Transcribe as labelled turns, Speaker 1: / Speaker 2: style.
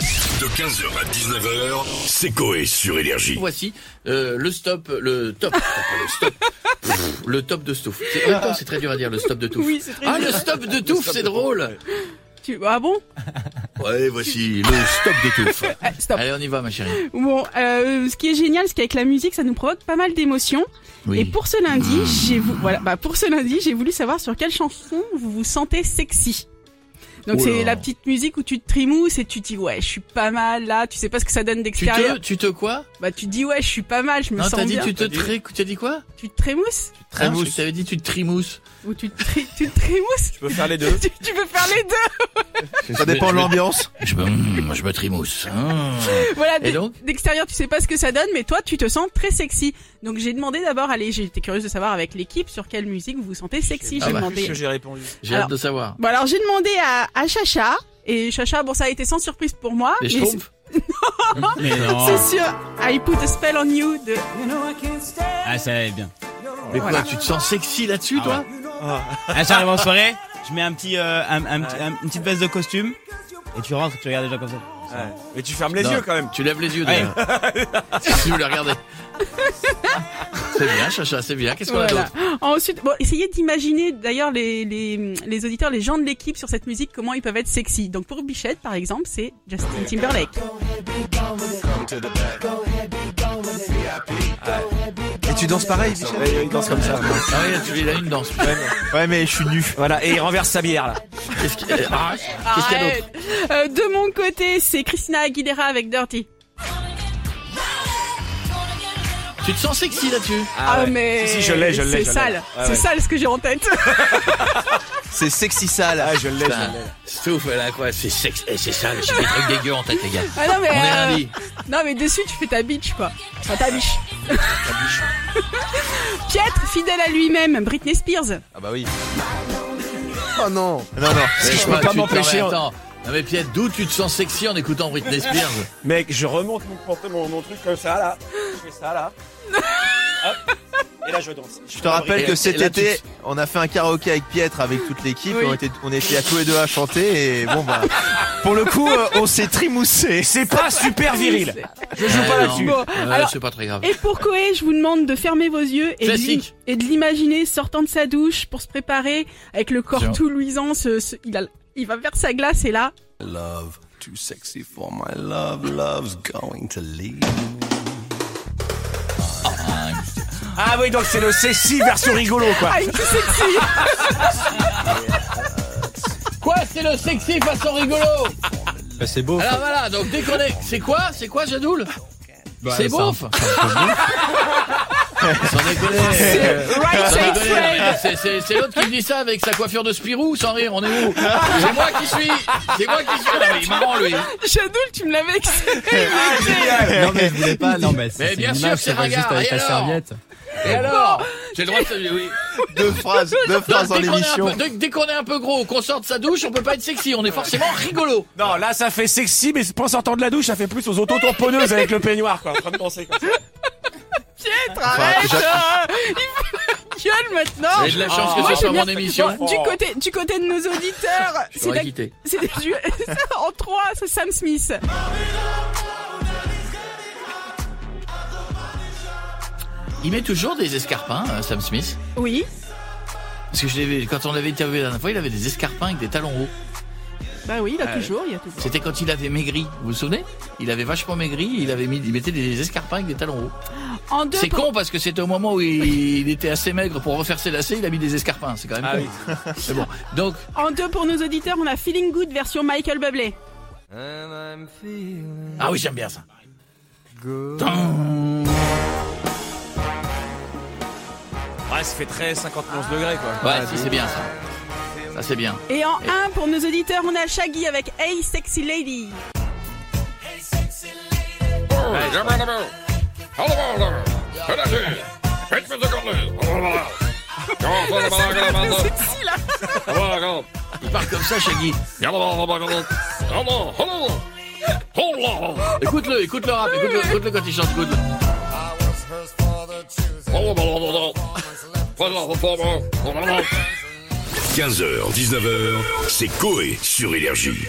Speaker 1: De 15h à 19h, c'est Coé sur Énergie.
Speaker 2: Voici euh, le stop, le top, le stop, Pff, le top de Stouff. C'est- En même temps, c'est très dur à dire le stop de Touffe.
Speaker 3: Oui, c'est très
Speaker 2: ah,
Speaker 3: dur.
Speaker 2: le stop de Touffe, c'est drôle.
Speaker 3: Tu- Ah bon
Speaker 2: Ouais, voici le stop de Touffe.
Speaker 3: Ah, Stop.
Speaker 2: Allez, on y va, ma chérie.
Speaker 3: Bon, euh, ce qui est génial, c'est qu'avec la musique, ça nous provoque pas mal d'émotions.
Speaker 2: Oui. Ah.
Speaker 3: Et pour ce lundi, j'ai vou- voilà, bah pour ce lundi, j'ai voulu savoir sur quelle chanson vous vous sentez sexy. Donc
Speaker 2: Oula.
Speaker 3: c'est la petite musique où tu te trimousses et tu te dis ouais, je suis pas mal là. Tu sais pas ce que ça donne
Speaker 2: Tu te,
Speaker 3: d'extérieur.
Speaker 2: tu te quoi
Speaker 3: Bah tu te dis ouais, je suis pas mal, je me
Speaker 2: Non,
Speaker 3: sens
Speaker 2: t'as dit
Speaker 3: bien.
Speaker 2: tu te
Speaker 4: T'as dit-
Speaker 2: tré, tu as dit quoi
Speaker 3: Tu te trémousses
Speaker 2: Ah, je- T'avais dit tu te trimousses.
Speaker 3: ou tu te, tri- tu te trémousses
Speaker 4: Tu peux faire les deux.
Speaker 3: tu, tu peux faire les deux.
Speaker 2: Je me-
Speaker 4: Ça dépend
Speaker 2: je
Speaker 4: de
Speaker 2: me-
Speaker 4: l'ambiance.
Speaker 2: Je me, mm, je me trimousse. Mm.
Speaker 3: Voilà.
Speaker 2: Et
Speaker 3: de-
Speaker 2: donc
Speaker 3: D'extérieur, tu sais pas ce que ça donne, mais toi, tu te sens très sexy. Donc j'ai demandé d'abord, allez, j'étais curieuse de savoir avec l'équipe sur quelle musique vous vous sentez sexy.
Speaker 2: pas
Speaker 3: J'ai
Speaker 2: plus
Speaker 3: demandé.
Speaker 4: que j'ai répondu.
Speaker 2: J'ai
Speaker 3: Alors-
Speaker 2: hâte de savoir.
Speaker 3: Bon alors j'ai demandé à, à Chacha et Chacha bon ça a été sans surprise pour moi
Speaker 2: Les
Speaker 3: mais
Speaker 2: schtroumpfs
Speaker 5: Mais
Speaker 3: c'est-
Speaker 5: non.
Speaker 3: c'est sûr I put a spell on you de
Speaker 5: Ah, ça va bien.
Speaker 2: Mais quoi, tu te sens sexy là-dessus,
Speaker 5: Ah
Speaker 2: toi
Speaker 5: Ah, j'arrive en soirée, je mets un petit, euh, un, un petit- un- une petite veste de costume, et tu rentres, tu regardes déjà comme ça.
Speaker 4: Ouais. Mais tu fermes les
Speaker 2: Non.
Speaker 4: yeux quand même.
Speaker 2: Tu lèves les yeux
Speaker 5: Ouais.
Speaker 2: d'ailleurs. si vous le regardez. C'est bien, Chacha, c'est bien. Qu'est-ce qu'on a
Speaker 3: voilà.
Speaker 2: d'autre
Speaker 3: Ensuite bon essayez d'imaginer d'ailleurs les, les les auditeurs les gens de l'équipe sur cette musique comment ils peuvent être sexy. Donc pour Bichette par exemple c'est Justin Timberlake.
Speaker 4: Et tu danses pareil, Il danse comme ça.
Speaker 2: Ah oui, tu il a une danse.
Speaker 4: ouais, mais je suis nu. Voilà, et il renverse sa bière là.
Speaker 2: Qu'est-ce qu'il y a ah, qu'est-ce qu'il y a d'autre
Speaker 3: Arrête. Euh, de mon côté c'est Christina Aguilera avec Dirty.
Speaker 2: Tu te sens sexy là-dessus
Speaker 3: Ah, mais
Speaker 4: Si, si, je l'ai, je l'ai,
Speaker 3: c'est
Speaker 4: je l'ai.
Speaker 3: sale
Speaker 4: Ah
Speaker 3: c'est
Speaker 4: ouais.
Speaker 3: sale ce que j'ai en tête.
Speaker 4: C'est sexy sale. Ah, je l'ai, je
Speaker 2: Putain,
Speaker 4: l'ai.
Speaker 2: C'est ouf, elle a quoi Bah, C'est sexe, eh, c'est sale. J'ai des trucs dégueux en tête, les gars.
Speaker 3: Ah non mais
Speaker 2: On est
Speaker 3: euh,
Speaker 2: lundi.
Speaker 3: Non mais dessus tu fais ta bitch quoi. Enfin ta biche. Piètre, fidèle à lui-même, Britney Spears.
Speaker 4: Ah bah oui. Oh non. Non, non.
Speaker 2: Mais
Speaker 4: Je
Speaker 2: toi,
Speaker 4: peux pas
Speaker 2: tu- non, mais
Speaker 4: m'empêcher.
Speaker 2: attends. Non mais Pierre, d'où tu te sens sexy en écoutant Britney Spears
Speaker 4: Mec, je remonte mon, porte- mon, mon truc comme ça là. Je fais ça là. Hop. Et là, je danse.
Speaker 6: Je te rappelle
Speaker 2: Et-
Speaker 6: que
Speaker 2: et
Speaker 6: cet
Speaker 2: là,
Speaker 6: été,
Speaker 2: tu-
Speaker 6: on a fait un karaoké avec Pietre, avec toute l'équipe.
Speaker 3: Oui.
Speaker 6: On, était, on était à tous les deux à chanter et bon bah. Pour le coup, euh, on s'est trimoussé.
Speaker 4: C'est pas super viril.
Speaker 2: Je joue pas
Speaker 4: là-dessus.
Speaker 3: Bon, alors-
Speaker 2: Ah, c'est pas très grave.
Speaker 3: Et pour Koé, je vous demande de fermer vos yeux et de l'im-
Speaker 2: Classique.
Speaker 3: et de l'imaginer sortant de sa douche pour se préparer avec le corps
Speaker 2: Tiens.
Speaker 3: tout luisant. ce- ce- il, a- il va vers sa glace et là,
Speaker 7: love too sexy for my love love's going to leave
Speaker 4: Ah oui, donc c'est le sexy version rigolo quoi.
Speaker 3: ah, il est tout sexy.
Speaker 2: Quoi C'est le sexy façon rigolo Bah,
Speaker 5: c'est beau.
Speaker 2: Alors voilà, donc dès qu'on est... C'est quoi C'est quoi Jadoul C'est beauf Sans déconner
Speaker 3: right
Speaker 2: Sans
Speaker 3: side
Speaker 2: déconner,
Speaker 3: Fred.
Speaker 2: non, mais c'est- C'est c'est l'autre qui me dit ça avec sa coiffure de Spirou, sans rire, on est où C'est moi qui suis C'est moi qui suis Non, mais il est marrant lui
Speaker 3: Shadoul, tu me l'avais excellé.
Speaker 5: Non, mais je voulais pas, non, mais
Speaker 2: Mais
Speaker 5: c'est
Speaker 2: bien
Speaker 5: une
Speaker 2: sûr,
Speaker 5: image,
Speaker 2: c'est
Speaker 5: ça va juste
Speaker 2: ringard,
Speaker 5: avec
Speaker 2: et
Speaker 5: la
Speaker 2: alors
Speaker 5: serviette.
Speaker 2: Et alors J'ai le droit de... Oui.
Speaker 6: Deux phrases, deux
Speaker 2: Donc,
Speaker 6: phrases en
Speaker 2: dès qu'on est un
Speaker 6: émission.
Speaker 2: peu- dès- dès qu'on est un peu gros, qu'on sort de sa douche, on peut pas être sexy, on est forcément rigolo
Speaker 4: Non, là ça fait sexy, mais en sortant de la douche, ça fait plus aux autotamponneuses avec le peignoir quoi. En train de danser comme ça.
Speaker 3: Piètre, arrête. euh, Il faut gueule maintenant.
Speaker 2: J'ai de la chance que
Speaker 3: Moi,
Speaker 2: ce
Speaker 3: je
Speaker 2: soit
Speaker 3: veux
Speaker 2: mon
Speaker 3: bien-
Speaker 2: émission
Speaker 3: Bon, du côté, du côté de nos auditeurs,
Speaker 2: Je
Speaker 3: c'est la-
Speaker 2: t'aurais quitté.
Speaker 3: c'est du- en trois, c'est Sam Smith.
Speaker 2: Il met toujours des escarpins, euh, Sam Smith.
Speaker 3: Oui.
Speaker 2: Parce que je l'ai vu- quand on l'avait interviewé la dernière fois, il avait des escarpins avec des talons hauts.
Speaker 3: Bah oui, il a toujours, il y a toujours.
Speaker 2: C'était quand il avait maigri, vous vous souvenez Il avait vachement maigri, il avait mis, il mettait des escarpins avec des talons hauts.
Speaker 3: En deux,
Speaker 2: C'est
Speaker 3: pour-
Speaker 2: con parce que c'était au moment où il, il était assez maigre pour refaire ses lacets, il a mis des escarpins, c'est quand même
Speaker 4: Ah
Speaker 2: con. C'est bon. Donc,
Speaker 3: en deux pour nos auditeurs, on a Feeling Good version Michael Bublé.
Speaker 2: ah oui, j'aime bien ça.
Speaker 4: Ouais, ça fait très 51 degrés quoi.
Speaker 2: Ouais, si, c'est bien ça. Ça, c'est bien.
Speaker 3: Et en un pour nos auditeurs, on a Shaggy avec Hey Sexy Lady. Sexy là.
Speaker 2: Il parle comme ça, Shaggy. Écoute-le, écoute le rap, écoute-le écoute-le quand il chante good.
Speaker 1: Voilà. 15h, 19h, c'est Coé sur Énergie.